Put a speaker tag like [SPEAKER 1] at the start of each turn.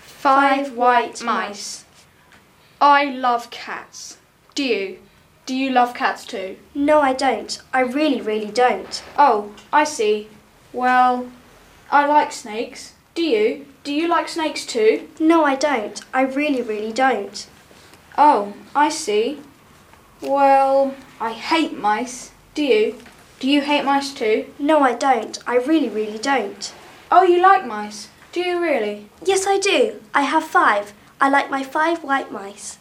[SPEAKER 1] Five white mice. I love cats. Do you? Do you love cats too?
[SPEAKER 2] No, I don't. I really, really don't.
[SPEAKER 1] Oh, I see. Well, I like snakes. Do you? Do you like snakes too?
[SPEAKER 2] No, I don't. I really, really don't.
[SPEAKER 1] Oh, I see. Well, I hate mice. Do you? Do you hate mice too?
[SPEAKER 2] No, I don't. I really, really don't.
[SPEAKER 1] Oh, you like mice. Do you really?
[SPEAKER 2] Yes, I do. I have five. I like my five white mice.